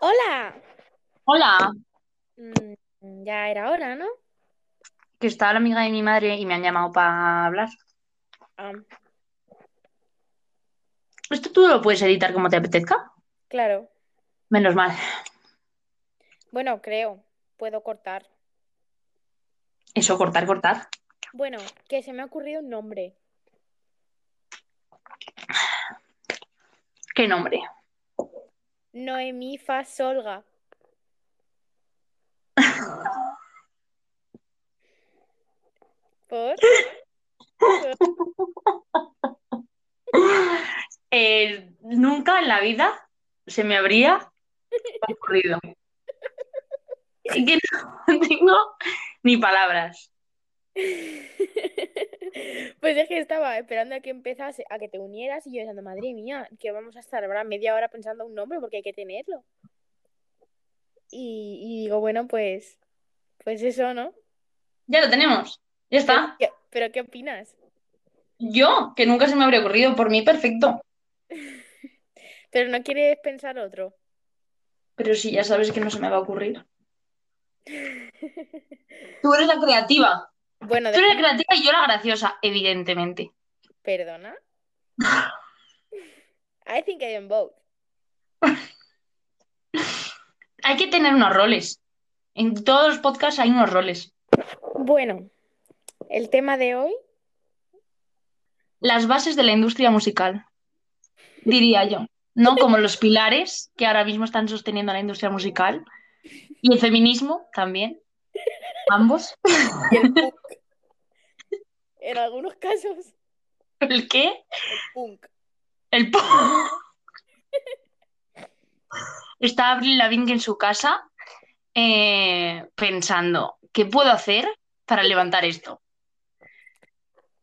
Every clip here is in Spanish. Hola. Hola, Mm, ya era hora, ¿no? que estaba la amiga de mi madre y me han llamado para hablar. Ah, Esto tú lo puedes editar como te apetezca. claro. Menos mal. Bueno, creo. Puedo cortar. Eso, cortar, cortar. Bueno, que se me ha ocurrido un nombre. ¿Qué nombre? Noemí Fasolga. ¿Por? Eh, nunca en la vida se me habría ocurrido. Es que no tengo ni palabras. Pues es que estaba esperando a que empezase, a que te unieras y yo pensando, madre mía, que vamos a estar ahora media hora pensando un nombre porque hay que tenerlo. Y, y digo, bueno, pues, pues eso, ¿no? Ya lo tenemos. Ya Pero, está. ¿qué- pero ¿qué opinas? Yo, que nunca se me habría ocurrido. Por mí, perfecto. Pero no quieres pensar otro. Pero sí, ya sabes que no se me va a ocurrir. Tú eres la creativa. Bueno, Tú de- eres la creativa y yo la graciosa, evidentemente. perdona. I think I am both. Hay que tener unos roles. En todos los podcasts hay unos roles. Bueno, el tema de hoy, Las bases de la industria musical, diría yo. No como los pilares que ahora mismo están sosteniendo la industria musical y el feminismo también. Ambos. en algunos casos, ¿El qué? punk. El po- Está Avril Lavigne en su casa eh, pensando, ¿qué puedo hacer para levantar esto?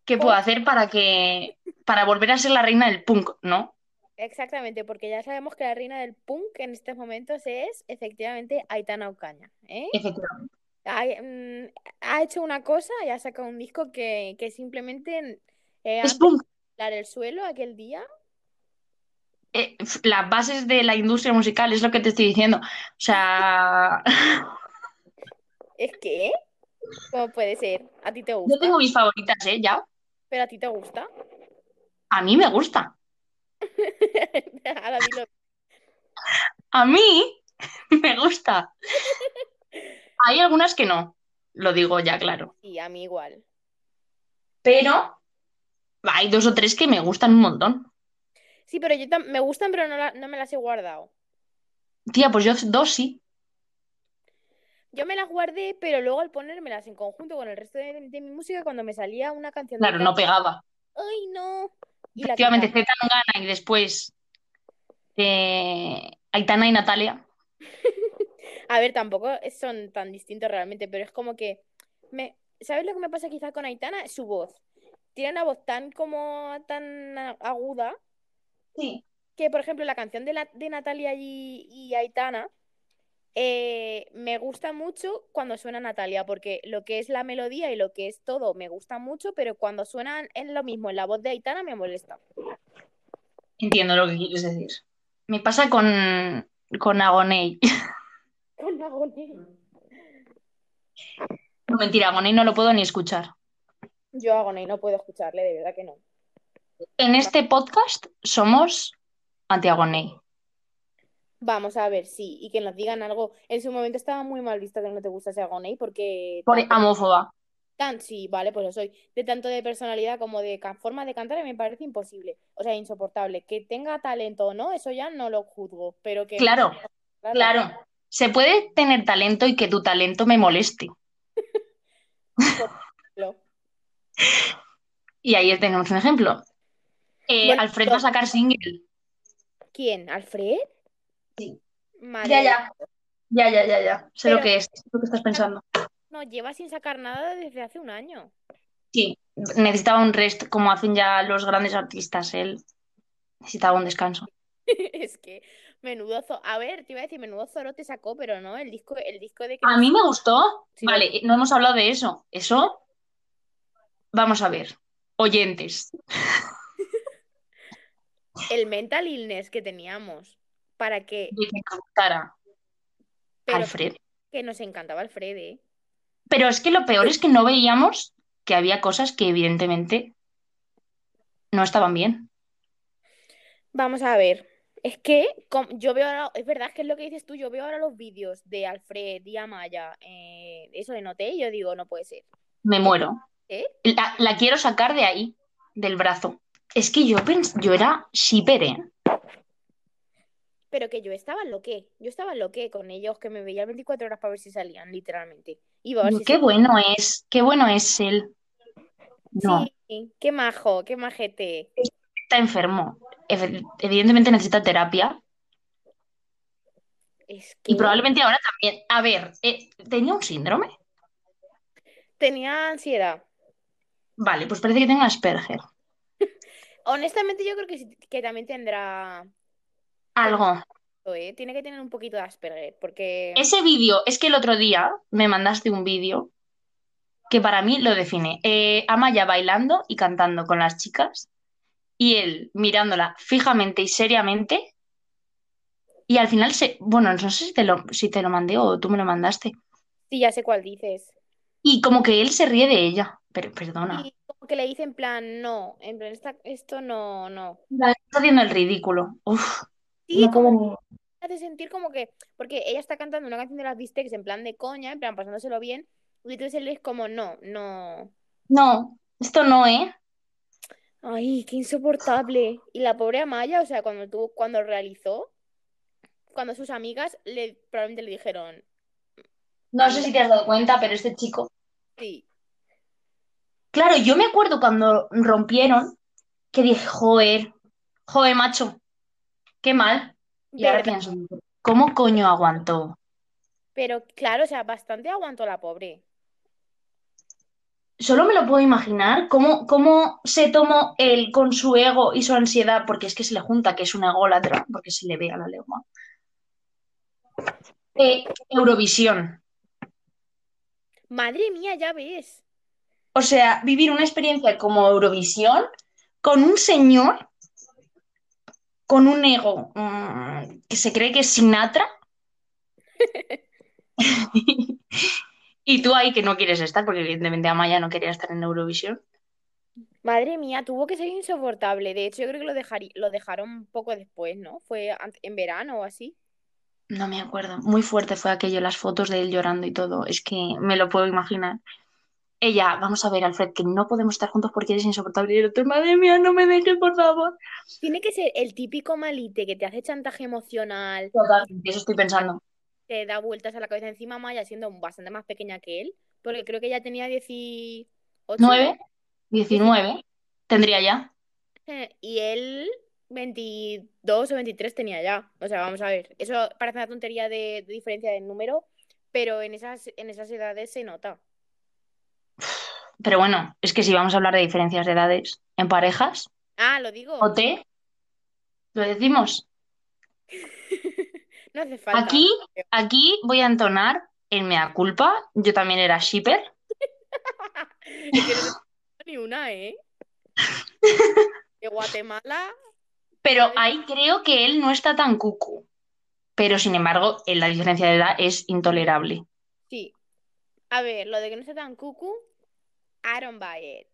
¿Qué puedo hacer para que para volver a ser la reina del punk, no? Exactamente, porque ya sabemos que la reina del punk en estos momentos es efectivamente Aitana Ocaña. ¿eh? Efectivamente. Ha, mm, ha hecho una cosa y ha sacado un disco que, que simplemente eh, Es antes punk. de hablar el suelo aquel día. Eh, f- las bases de la industria musical es lo que te estoy diciendo. O sea, Es que, ¿cómo puede ser? ¿A ti te yo gusta? tengo mis favoritas, ¿eh? Ya. ¿Pero a ti te gusta? A mí me gusta. Ahora dilo. A mí me gusta. Hay algunas que no, lo digo ya, claro. Sí, a mí igual. Pero hay dos o tres que me gustan un montón. Sí, pero yo tam- me gustan, pero no, la- no me las he guardado. Tía, pues yo dos sí. Yo me las guardé, pero luego al ponérmelas en conjunto con el resto de, de mi música, cuando me salía una canción de Claro, no pegaba. ¡Ay, no! Y la Efectivamente, quitaba. Z Tangana y después eh, Aitana y Natalia. A ver, tampoco son tan distintos realmente, pero es como que. Me... ¿Sabes lo que me pasa quizás con Aitana? Su voz. Tiene una voz tan como tan a- aguda Sí. que, por ejemplo, la canción de, la- de Natalia y, y Aitana eh, me gusta mucho cuando suena Natalia, porque lo que es la melodía y lo que es todo me gusta mucho, pero cuando suenan en lo mismo en la voz de Aitana me molesta. Entiendo lo que quieres decir. Me pasa con, con Agonei. Con agonía. No, mentira, Agonei no lo puedo ni escuchar. Yo agonía y no puedo escucharle, de verdad que no. En este podcast somos anti-Agonei. Vamos a ver, sí, y que nos digan algo. En su momento estaba muy mal visto que no te gustase Agoney porque Por tanto- amófoba. tan, sí, vale, pues lo soy. De tanto de personalidad como de ca- forma de cantar me parece imposible, o sea, insoportable. Que tenga talento o no, eso ya no lo juzgo, pero que Claro, claro, claro. Se puede tener talento y que tu talento me moleste. lo- Y ahí tenemos un ejemplo. Eh, Bueno, Alfred yo- va a sacar single. ¿Quién? ¿Alfred? Sí. Madre Ya, ya. Ya, ya, ya, ya. Ah, Sé Pero- lo que es, sé lo que estás pensando. No, lleva sin sacar nada desde hace un año. Sí, necesitaba un rest, como hacen ya los grandes artistas. Él necesitaba un descanso. Es que menudo zo- A ver, te iba a decir, menudo zorote sacó, pero no, el disco, el disco de que A mí me gustó. Sí. Vale, eh, no hemos hablado de eso. Eso, vamos a ver. Oyentes. el mental illness que teníamos para que de que nos gustara. Pero Alfred. que nos encantaba Alfred, ¿eh? Pero es que lo peor es que no veíamos que había cosas que evidentemente no estaban bien. Vamos a ver. Es que com- yo veo ahora, es verdad que es lo que dices tú, yo veo ahora los vídeos de Alfred y Amaya, eh, eso le noté y yo digo, no puede ser. Me muero. ¿Eh? La, la quiero sacar de ahí, del brazo. Es que yo pens- yo era shipper, ¿eh? Pero que yo estaba loqué, yo estaba loqué con ellos, que me veía 24 horas para ver si salían, literalmente. Iba a ver si Qué salían. bueno es, qué bueno es él. No, Sí, qué majo, qué majete. está enfermo. Ev- Evidentemente necesita terapia. Es que Y probablemente ahora también. A ver, eh, ¿tenía un síndrome? tenía ansiedad. Vale, pues parece que tenga Asperger. Honestamente, yo creo que, sí- que también tendrá, Algo. ¿eh? Tiene que tener un poquito de Asperger, porque Ese vídeo, es que el otro día me mandaste un vídeo que para mí lo define. Eh, Amaya bailando y cantando con las chicas y él mirándola fijamente y seriamente. Y al final se, bueno, no sé si te lo, si te lo mandé o tú me lo mandaste. sí, ya sé cuál dices. Y como que él se ríe de ella. Pero perdona, Y como que le dice en plan, no, en plan, esta- esto no, no. está haciendo el ridículo. Uf, Sí, no como puedo ni- te hace sentir como que, porque ella está cantando una canción de las Bistecs en plan de coña, en plan pasándoselo bien, y entonces él es como, no, no. No, esto no, ¿eh? Ay, qué insoportable. Y la pobre Amaya, o sea, cuando tuvo, cuando realizó, cuando sus amigas le probablemente le dijeron, No sé si te has dado cuenta, pero este chico. sí, Claro, yo me acuerdo cuando rompieron que dije, joder, joder, macho, qué mal. Y ahora verdad. pienso, ¿cómo coño aguantó? Pero claro, o sea, bastante aguantó la pobre. Solo me lo puedo imaginar cómo, cómo se tomó él con su ego y su ansiedad, porque es que se le junta que es una ególatra, porque se le ve a la lengua. Eh, Eurovisión. Madre mía, ya ves. O sea, vivir una experiencia como Eurovisión con un señor, con un ego mm, que se cree que es Sinatra. Y tú ahí que no quieres estar, porque evidentemente Amaya no quería estar en Eurovisión. Madre mía, tuvo que ser insoportable. De hecho, yo creo que lo dejarí- lo dejaron poco después, ¿no? Fue an- en verano o así. No me acuerdo. Muy fuerte fue aquello, las fotos de él llorando y todo. Es que me lo puedo imaginar. Ella, vamos a ver, Alfred, que no podemos estar juntos porque eres insoportable. Y el otro, madre mía, no me dejes, por favor. Tiene que ser el típico malite que te hace chantaje emocional, Totalmente, eso estoy pensando. te da vueltas a la cabeza encima, Maya siendo bastante más pequeña que él, porque creo que ella tenía 18 ¿Nueve? ¿Diecinueve? Tendría ya. eh, y él 22 o 23 tenía ya. O sea, vamos a ver. Eso parece una tontería de, de diferencia de número, pero en esas, en esas edades se nota. Pero bueno, es que si vamos a hablar de diferencias de edades en parejas, Ah, lo digo. o te, lo decimos. No hace falta. Aquí, aquí voy a entonar en mea culpa. Yo también era shipper. Es que no se me ni una, ¿eh? De Guatemala. Pero ¿sabes? ahí creo que él no está tan cucu. Pero sin embargo, en la diferencia de edad es intolerable. Sí. A ver, lo de que no sea tan cucu, I don't buy it.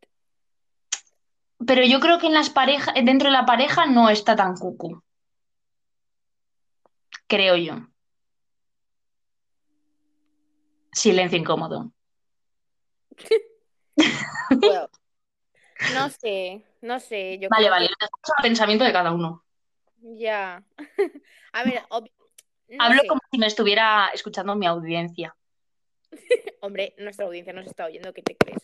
Pero yo creo que en las parejas, dentro de la pareja no está tan cucu. Creo yo. Silencio incómodo. Well, no sé, no sé. Yo Vale, creo vale, lo dejamos al pensamiento de cada uno. que ya. A ver, ob- no Hablo sé. como si me estuviera escuchando mi audiencia. Hombre, nuestra audiencia nos está oyendo, ¿qué te crees?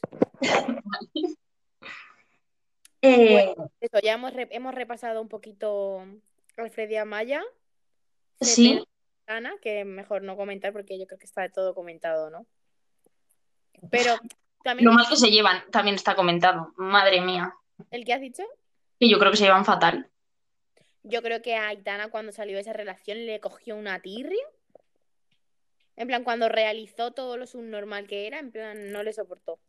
Eh, Eso, ya hemos, re- hemos repasado un poquito Alfred y Amaya. Sí. CP, Ana, que mejor no comentar porque yo creo que está todo comentado, ¿no? Pero también lo mal que se llevan también está comentado. Madre mía. el que has dicho. Y yo creo que se llevan fatal. Yo creo que a Aitana cuando salió de esa relación le cogió una tirria. En plan, cuando realizó todo lo subnormal que era, en plan, no le soportó.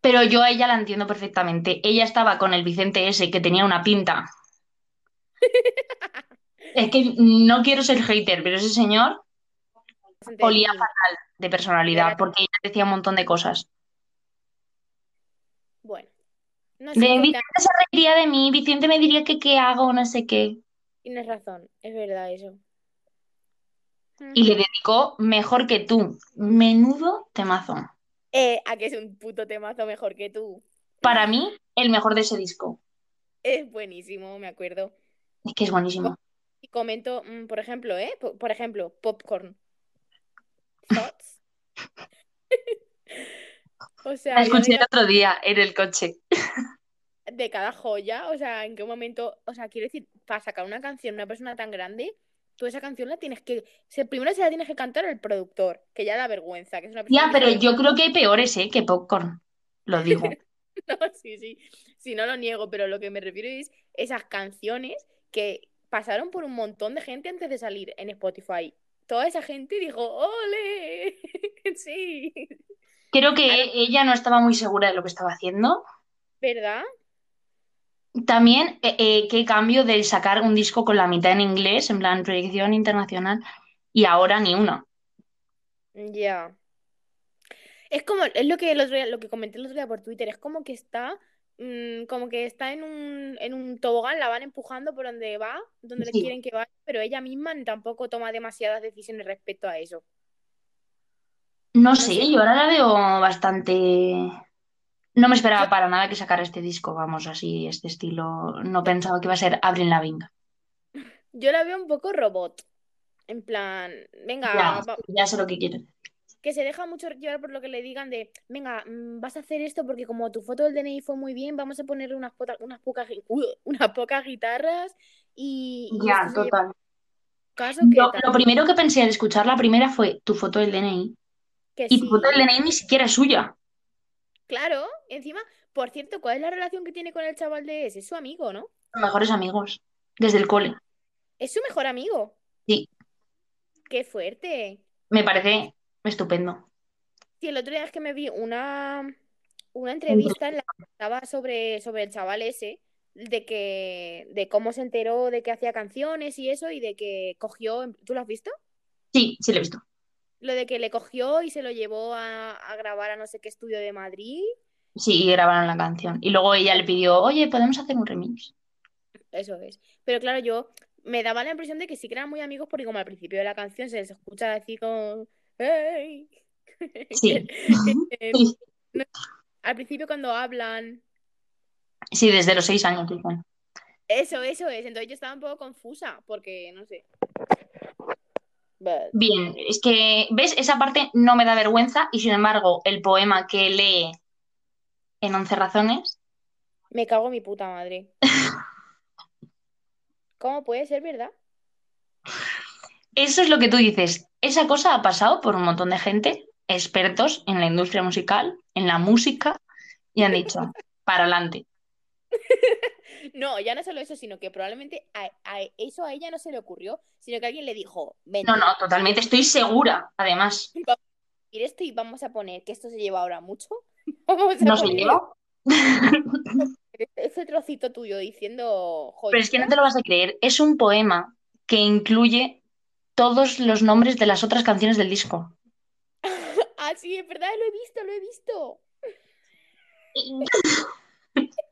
Pero yo a ella la entiendo perfectamente. Ella estaba con el Vicente S, que tenía una pinta. Es que no quiero ser hater, pero ese señor bastante Olía bien. fatal de personalidad, porque ella decía un montón de cosas. Bueno, no sé De qué Vicente se reiría de mí, Vicente me diría que qué hago, no sé qué. Tienes razón, es verdad eso. Y le dedicó Mejor que tú. Menudo temazo. Eh, a que es un puto temazo mejor que tú. Para mí, el mejor de ese disco. Es buenísimo, me acuerdo. Es que es buenísimo. Y comento, mm, por ejemplo, ¿eh? Po- Por ejemplo, popcorn. Thoughts. o sea, La ya escuché de, el otro día en el coche. ca- de cada joya, o sea, en qué momento, o sea, quiero decir, para sacar una canción una persona tan grande, tú esa canción la tienes que, se- primero se la tienes que cantar al productor, que ya da vergüenza, que es una persona Ya, que pero sabe- yo creo que hay peores, ¿eh? Que Popcorn. Lo digo. No, sí, sí, sí, no lo niego, pero lo que me refiero es esas canciones que pasaron por un montón de gente antes de salir en Spotify. Toda esa gente dijo, ¡ole! Sí, Creo que ella no estaba muy segura de lo que estaba haciendo. ¿verdad? También, eh, eh, qué cambio de sacar un disco con la mitad en inglés, en plan proyección internacional, y ahora ni una. Ya. Es como, es lo que el otro día- lo que comenté el otro día por Twitter, es como que está, mm, como que está en un, en un tobogán, la van empujando por donde va, donde le Sí. quieren que vaya, pero ella misma tampoco toma demasiadas decisiones respecto a eso. No No sé, sé. yo ahora la veo bastante. No me esperaba Yo- para nada que sacara este disco, vamos, así, este estilo. No pensaba que iba a ser Avril Lavigne. Yo la veo un poco robot. En plan, venga, Ya, va- ya sé lo que quieres. que se deja mucho llevar por lo que le digan de, venga, mm, vas a hacer esto porque como tu foto del DNI fue muy bien, vamos a ponerle unas, pota- unas, pocas, gui- uh, unas pocas guitarras y, y Ya, esto se lleva total. a caso que Lo, tal, lo primero que pensé al escuchar la primera fue tu foto del DNI. que Y tu foto del sí. DNI ni siquiera es suya. Claro, encima, por cierto, ¿cuál es la relación que tiene con el chaval de ese? Es su amigo, ¿no? Los mejores amigos. Desde el cole. Es su mejor amigo. Sí, ¡Qué fuerte! me parece estupendo. Sí, el otro día es que me vi una, una entrevista en la que estaba sobre, sobre el chaval ese, de que, de cómo se enteró de que hacía canciones y eso, y de que cogió, ¿tú lo has visto? Sí, sí lo he visto. Lo de que le cogió y se lo llevó a, a grabar a no sé qué estudio de Madrid. Sí, y grabaron la canción. Y luego ella le pidió, oye, ¿podemos hacer un remix? Eso es. Pero claro, yo me daba la impresión de que sí que eran muy amigos, porque como al principio de la canción se les escucha así como ¡Hey! Sí. Eh, Sí, no- al principio cuando hablan. sí, desde los seis años, dicen. Eso, eso es. Entonces yo estaba un poco confusa, porque no sé. But- Bien, es que, ¿ves? Esa parte no me da vergüenza y sin embargo el poema que lee en Once Razones, Me cago en mi puta madre. ¿Cómo puede ser verdad? eso es lo que tú dices. Esa cosa ha pasado por un montón de gente, expertos en la industria musical, en la música, y han dicho, para adelante. No, ya no solo eso, sino que probablemente a, a eso a ella no se le ocurrió, sino que alguien le dijo, No, no, vente, totalmente, estoy segura, además. vamos a hacer esto este y vamos a poner, que esto se lleva ahora mucho, vamos a No se ponerle lleva. ese trocito tuyo diciendo Pero es que no joyitas. te lo vas a creer. Es un poema que incluye todos los nombres de las otras canciones del disco. Ah, sí, es verdad, lo he visto, lo he visto.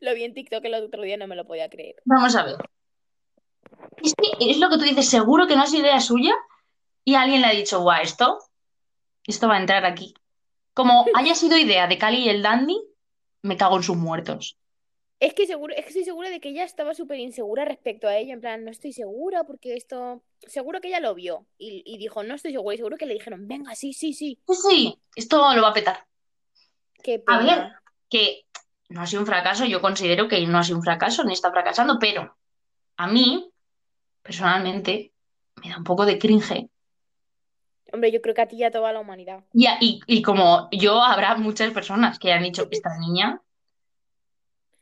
Lo vi en TikTok el otro día, no me lo podía creer. Vamos a ver. Es que es lo que tú dices, seguro que no es idea suya y alguien le ha dicho, guau, esto, esto va a entrar aquí. Como haya sido idea de Cali y el Dandy, me cago en sus muertos. Es que seguro, es que estoy segura de que ella estaba súper insegura respecto a ello. En plan, no estoy segura porque esto. Seguro que ella lo vio y, y dijo, no estoy segura. Y seguro que le dijeron, venga, sí, sí, sí. Sí, Pues sí, esto lo va a petar. Qué A ver, pena. que no ha sido un fracaso, yo considero que no ha sido un fracaso, ni está fracasando, pero a mí, personalmente, me da un poco de cringe. Hombre, yo creo que a ti y a toda la humanidad. Y, a- y- y como yo, habrá muchas personas que han dicho, esta niña,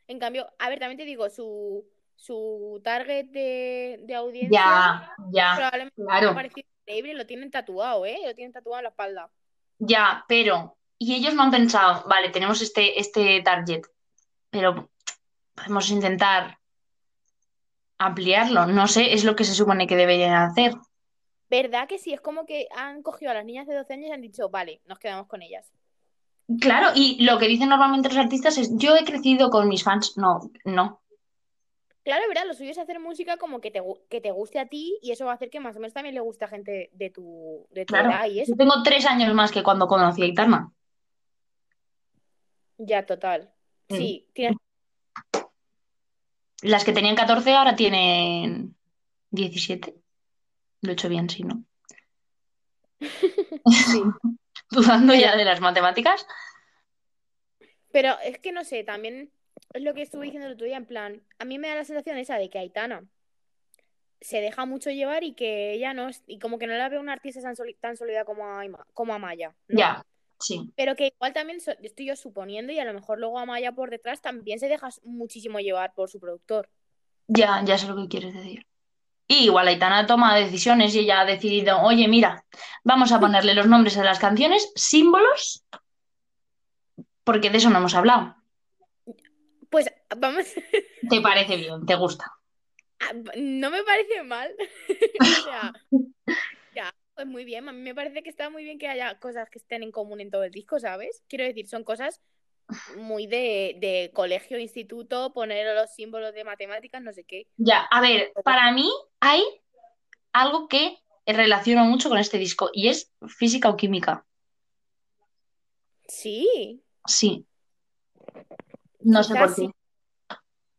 En cambio, a ver, también te digo, su, su target de, de audiencia ya, ya, probablemente ha claro, parecido increíble. Lo tienen tatuado, ¿eh? Lo tienen tatuado en la espalda. ya, pero, y ellos no han pensado, vale, tenemos este, este target, pero podemos intentar ampliarlo, no sé, es lo que se supone que deberían hacer. ¿Verdad que sí? Es como que han cogido a las niñas de 12 años y han dicho, vale, nos quedamos con ellas. Claro, y lo que dicen normalmente los artistas es, yo he crecido con mis fans. No, no. Claro, es verdad, lo suyo es hacer música como que te, gu- que te guste a ti y eso va a hacer que más o menos también le guste a gente de tu, de tu Claro. edad y eso. Yo tengo tres años más que cuando conocí a Aitana. Ya, total. Mm. Sí, tienes... Las que tenían 14 ahora tienen 17. Lo he hecho bien, sí, ¿no? sí. Dudando ya de las matemáticas. Pero es que no sé, también es lo que estuve diciendo el otro día, en plan, a mí me da la sensación esa de que Aitana se deja mucho llevar y que ella no es, y como que no la veo una artista tan, soli- tan sólida como a, Ima- como a Maya, ¿no? Ya, sí. Pero que igual también so- estoy yo suponiendo y a lo mejor luego Amaya por detrás también se deja muchísimo llevar por su productor. Ya, ya sé lo que quieres decir. Y igual Aitana toma decisiones y ella ha decidido, oye, mira, vamos a ponerle los nombres a las canciones, símbolos, porque de eso no hemos hablado. Pues vamos, ¿Te parece bien? ¿Te gusta? a- no me parece mal. O sea, ya, pues muy bien. A mí me parece que está muy bien que haya cosas que estén en común en todo el disco, ¿sabes? Quiero decir, son cosas muy de, de colegio, instituto, poner los símbolos de matemáticas, no sé qué. Ya, a ver, para mí hay algo que relaciono mucho con este disco y es física o química. Sí, Sí, no sé Quizás por qué. sí.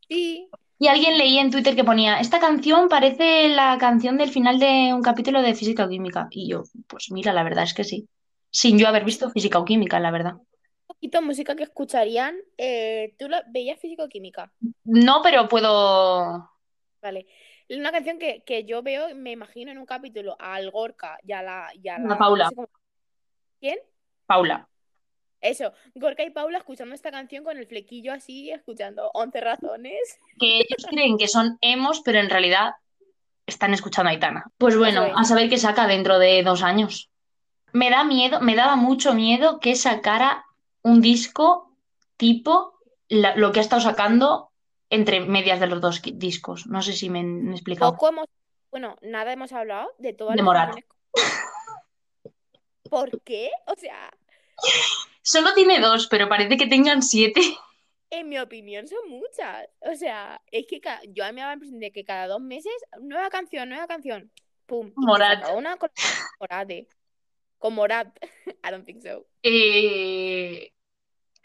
sí. Y alguien leía en Twitter que ponía, esta canción parece la canción del final de un capítulo de física o química. Y yo, pues mira, la verdad es que sí. Sin yo haber visto física o química, la verdad. Un poquito de música que escucharían. eh, ¿tú la veías físico-química? No, pero puedo... Vale. Una canción que, que yo veo, y me imagino en un capítulo, al Gorka y a la... y a La la- Paula. no sé cómo- ¿Quién? Paula. Eso, Gorka y Paula escuchando esta canción con el flequillo así, escuchando 11 razones. Que ellos creen que son emos, pero en realidad están escuchando a Aitana. Pues bueno, Eso es. a saber qué saca dentro de dos años. Me da miedo, me daba mucho miedo que sacara un disco tipo la- lo que ha estado sacando entre medias de los dos qui- discos. No sé si me, me he explicado. Poco hemos... Bueno, nada hemos hablado de todas De las Morat. canciones. ¿Por qué? O sea, Solo tiene dos, pero parece que tengan siete. en mi opinión son muchas. O sea, es que ca- yo a mí me daba la impresión de que cada dos meses, nueva canción, nueva canción. Pum. y te Morat. saca Una con Morat, eh. Con Morat. I don't think so. Eh,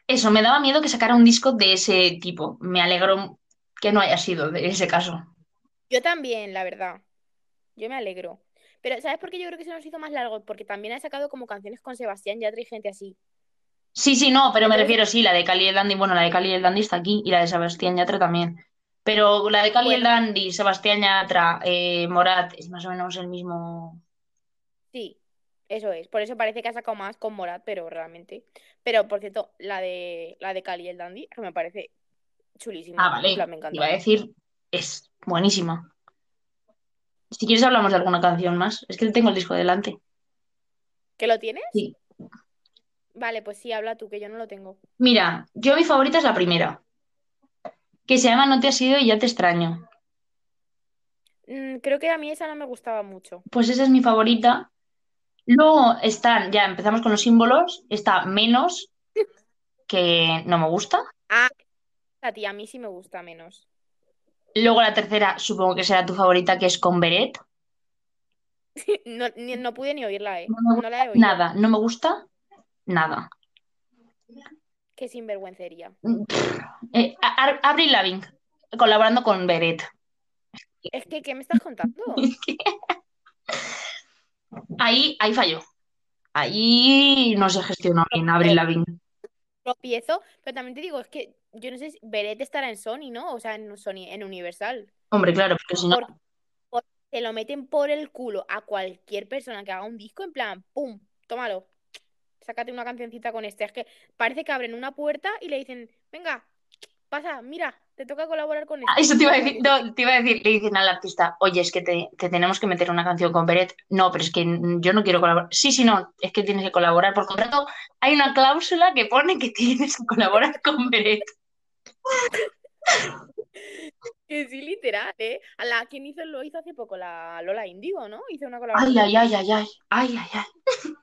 Eso, me daba miedo que sacara un disco de ese tipo. Me alegro que no haya sido de ese caso. Yo también, la verdad. Yo me alegro. Pero, ¿sabes por qué yo creo que se nos hizo más largo? Porque también ha sacado como canciones con Sebastián Yatra y gente así. Sí, sí, no, pero me Entonces- refiero, sí, la de Cali y el Dandy, bueno, la de Cali y el Dandy está aquí y la de Sebastián Yatra también. Pero la de Cali y el Dandy, Sebastián Yatra, eh, Morat, es más o menos el mismo. Sí, eso es. Por eso parece que ha sacado más con Morat, pero realmente. Pero, por cierto, la de la de Cali y el Dandy, que me parece chulísima. Ah, En vale, plan, me iba a encanta. decir, es buenísima. Si quieres hablamos de alguna canción más, es que tengo el disco delante. ¿Que lo tienes? Sí. Vale, pues sí, habla tú, que yo no lo tengo. Mira, yo mi favorita es la primera, que se llama No te has ido y ya te extraño. Mm, creo que a mí esa no me gustaba mucho. Pues esa es mi favorita. Luego están, ya empezamos con los símbolos, está menos, que no me gusta. A ti, a mí sí me gusta menos. Luego la tercera, supongo que será tu favorita, que es con Beret. No, ni- no pude ni oírla, ¿eh? No me No gusta la he oído. Nada, no me gusta nada. Qué sinvergüencería. Pff, Eh, A- Ar- Avril Lavigne, colaborando con Beret. Es que, ¿qué me estás contando? Ahí, ahí falló. Ahí no se gestionó bien Avril Lavigne. Tropiezo, pero también te digo, es que yo no sé si Beret estará en Sony, ¿no? O sea, en Sony, en Universal. Hombre, claro, porque si no, Porque se lo meten por el culo a cualquier persona que haga un disco en plan, ¡pum! Tómalo. Sácate una cancioncita con este. Es que parece que abren una puerta y le dicen, venga, pasa, mira, te toca colaborar con este. Ah, Eso te iba a decir, no, te iba a decir, le dicen al artista, oye, es que te, te tenemos que meter una canción con Beret. No, pero es que mm, yo no quiero colaborar. Sí, sí, no, es que tienes que colaborar por contrato. Hay una cláusula que pone que tienes que colaborar con Beret. Que sí, literal, ¿eh? A la quien hizo lo hizo hace poco, la Lola Indigo, ¿no? Hizo una Ay, colaboración. ay, ay, ay, ay, ay, ay, ay.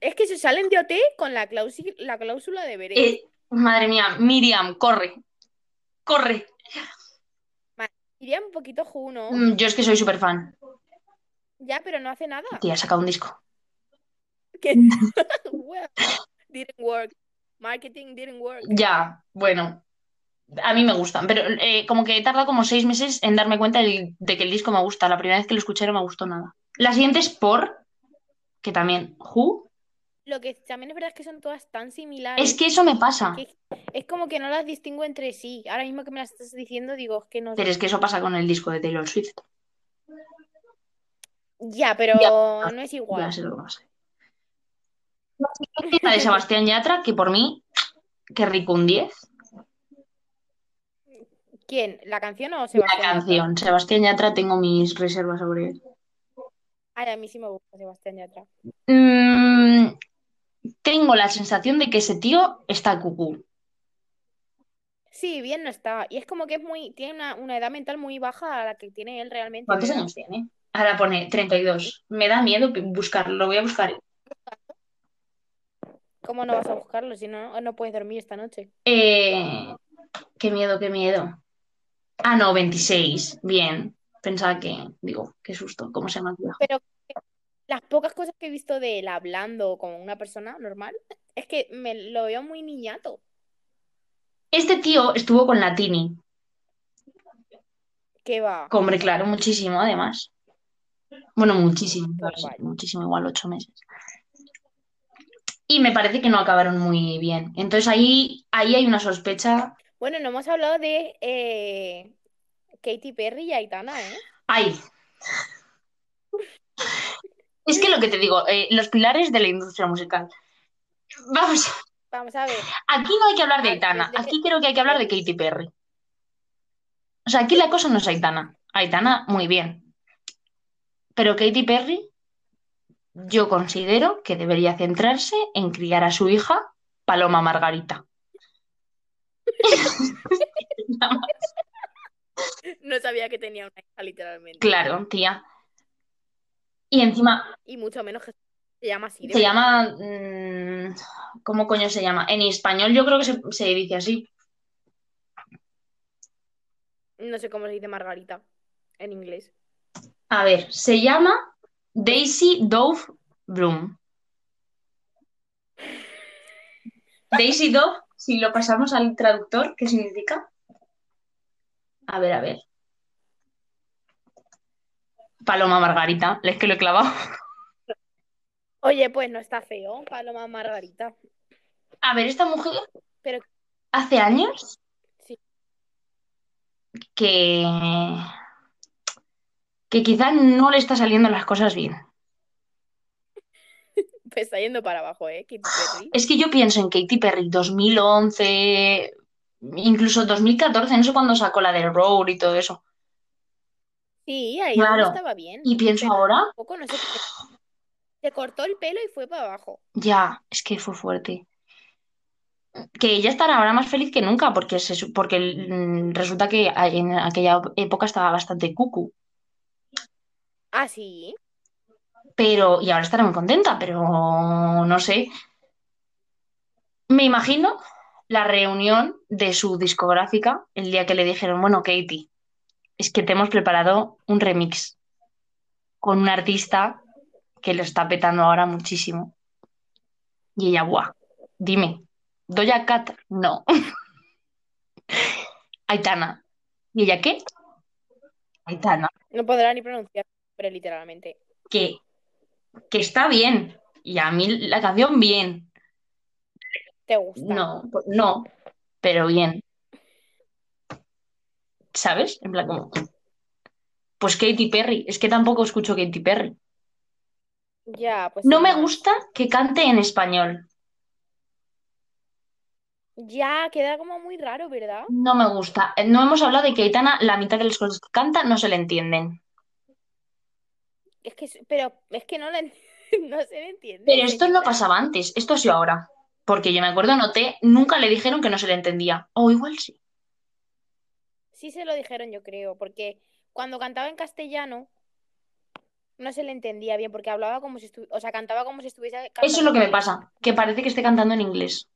Es que se salen de OT con la cláusula, la cláusula de Beret. Eh, madre mía, Miriam, corre. Corre. Iría un poquito Juno. Mm, Yo es que soy súper fan. Ya, pero no hace nada. Tía, saca un disco. Que- Well, didn't work. Marketing didn't work. Ya, bueno. A mí me gustan, pero eh, como que he tardado como seis meses en darme cuenta del- de que el disco me gusta. La primera vez que lo escuché no me gustó nada. La siguiente es Por, que también, Who. Lo que también es verdad es que son todas tan similares. Es que eso me pasa, que es como que no las distingo entre sí. Ahora mismo que me las estás diciendo, digo, es que no. pero es que eso pasa con el disco de Taylor Swift. Ya, pero Ya. no es Ya igual. sé lo que pasa. La siguiente es la de Sebastián Yatra, que por mí, qué rico un 10. ¿Quién? ¿La canción o La Sebastián? Yatra? canción. Sebastián Yatra, tengo mis reservas sobre él. Ay, a mí sí me gusta Sebastián Yatra. Mm, tengo la sensación de que ese tío está cucú. Sí, bien no está. Y es como que es muy, tiene una, una edad mental muy baja a la que tiene él realmente. ¿Cuántos pero- años tiene? Ahora pone 32. Me da miedo buscarlo, lo voy a buscar. ¿Cómo no vas a buscarlo si no, no puedes dormir esta noche? Eh, qué miedo, qué miedo. Ah, no, 26. Bien. Pensaba que, digo, qué susto, ¿cómo se llama? el tío? Las pocas cosas que he visto de él hablando como una persona normal, es que me lo veo muy niñato. Este tío estuvo con la Tini. ¿Qué va? Hombre, claro, muchísimo, además. Bueno, muchísimo, Pues no sé, vaya. muchísimo, igual ocho meses. Y me parece que no acabaron muy bien. Entonces ahí, ahí hay una sospecha. Bueno, no hemos hablado de eh, Katy Perry y Aitana, ¿eh? ¡Ay! Es que lo que te digo, eh, los pilares de la industria musical. Vamos, Vamos a ver. aquí no hay que hablar de Aitana, aquí creo que hay que hablar de Katy Perry. O sea, aquí la cosa no es Aitana. Aitana, muy bien. Pero Katy Perry, yo considero que debería centrarse en criar a su hija, Paloma Margarita. No sabía que tenía una hija, literalmente. Claro, tía. Y encima Y mucho menos que se llama así. de se verdad. llama. mm, ¿Cómo coño se llama? En español yo creo que se, se dice así. No sé cómo se dice Margarita en inglés. A ver, se llama Daisy Dove Bloom. Daisy Dove, si lo pasamos al traductor, ¿qué significa? A ver, a ver. Paloma Margarita, es que lo he clavado. Oye, pues no está feo, Paloma Margarita. A ver, esta mujer Pero- hace años Sí. que, que quizá no le está saliendo las cosas bien. Pues está yendo para abajo, ¿eh? Katy Perry. Es que yo pienso en Katy Perry 2011, incluso 2014, no sé cuándo sacó la del Roar y todo eso. Sí, ahí Claro. aún estaba bien. Y pienso Pero- ahora, Poco, no sé qué. Se cortó el pelo y fue para abajo. ya, es que fue fuerte. Que ella estará ahora más feliz que nunca porque, se, su- porque mm, resulta que en aquella e-, época estaba bastante cucu. Ah, sí. Pero, y ahora estará muy contenta, pero no sé. Me imagino la reunión de su discográfica el día que le dijeron, bueno, Katie, es que te hemos preparado un remix con un artista que lo está petando ahora muchísimo. Y ella, guau, dime, ¿Doja Cat? No. Aitana. ¿Y ella qué? Aitana. No podrá ni pronunciar, pero literalmente. que, que está bien. Y a mí la canción bien. ¿Te gusta? No, no, pero bien. ¿Sabes? En plan como... Pues Katy Perry. Es que tampoco escucho Katy Perry. Ya, pues. No sí, me ya. gusta que cante en español. Ya, queda como muy raro, ¿verdad? No me gusta. Eh, No hemos hablado de que Aitana, la mitad de las cosas que canta no se le entienden. Es que, pero es que no, la, en- no se le entiende. Pero esto no señora. pasaba antes. Esto ha sido ahora. Porque yo me acuerdo, noté, nunca le dijeron que no se le entendía. O igual sí. Sí se lo dijeron, yo creo, porque cuando cantaba en castellano no se le entendía bien, porque hablaba como si estuviese, o sea, cantaba como si estuviese... cantando Eso es lo que en me inglés. pasa, que parece que esté cantando en inglés.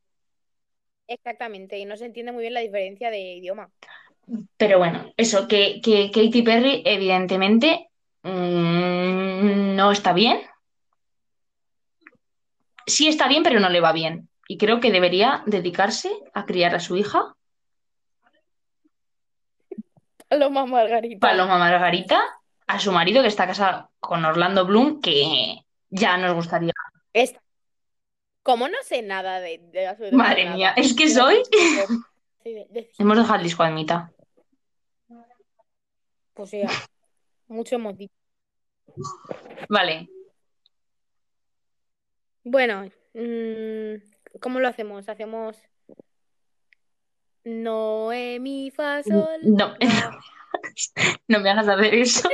Exactamente, y no se entiende muy bien la diferencia de idioma. Pero bueno, eso, que, que Katy Perry evidentemente mm, no está bien. Sí está bien, pero no le va bien. Y creo que debería dedicarse a criar a su hija, Paloma Margarita. Paloma Margarita, a su marido que está casado con Orlando Bloom, que ya nos gustaría. Esta. Como no sé nada de, de absolutamente Madre nada. mía, es que Pero soy- tampoco. Sí, de- de- Hemos dejado el disco a mitad. o sea, pues mucho hemos dicho. Vale, Bueno, mm, ¿cómo lo hacemos? Hacemos. No, mi, fa, sol. no, la. no me hagas hacer eso.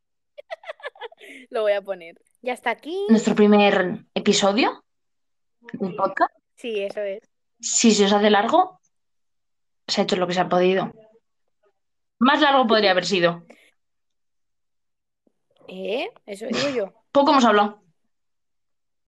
Lo voy a poner. Ya está aquí. Nuestro primer episodio del podcast. Sí, eso es. Si se os hace largo, se ha hecho lo que se ha podido. Más largo podría haber sido. ¿Eh? Eso digo yo. Poco hemos hablado.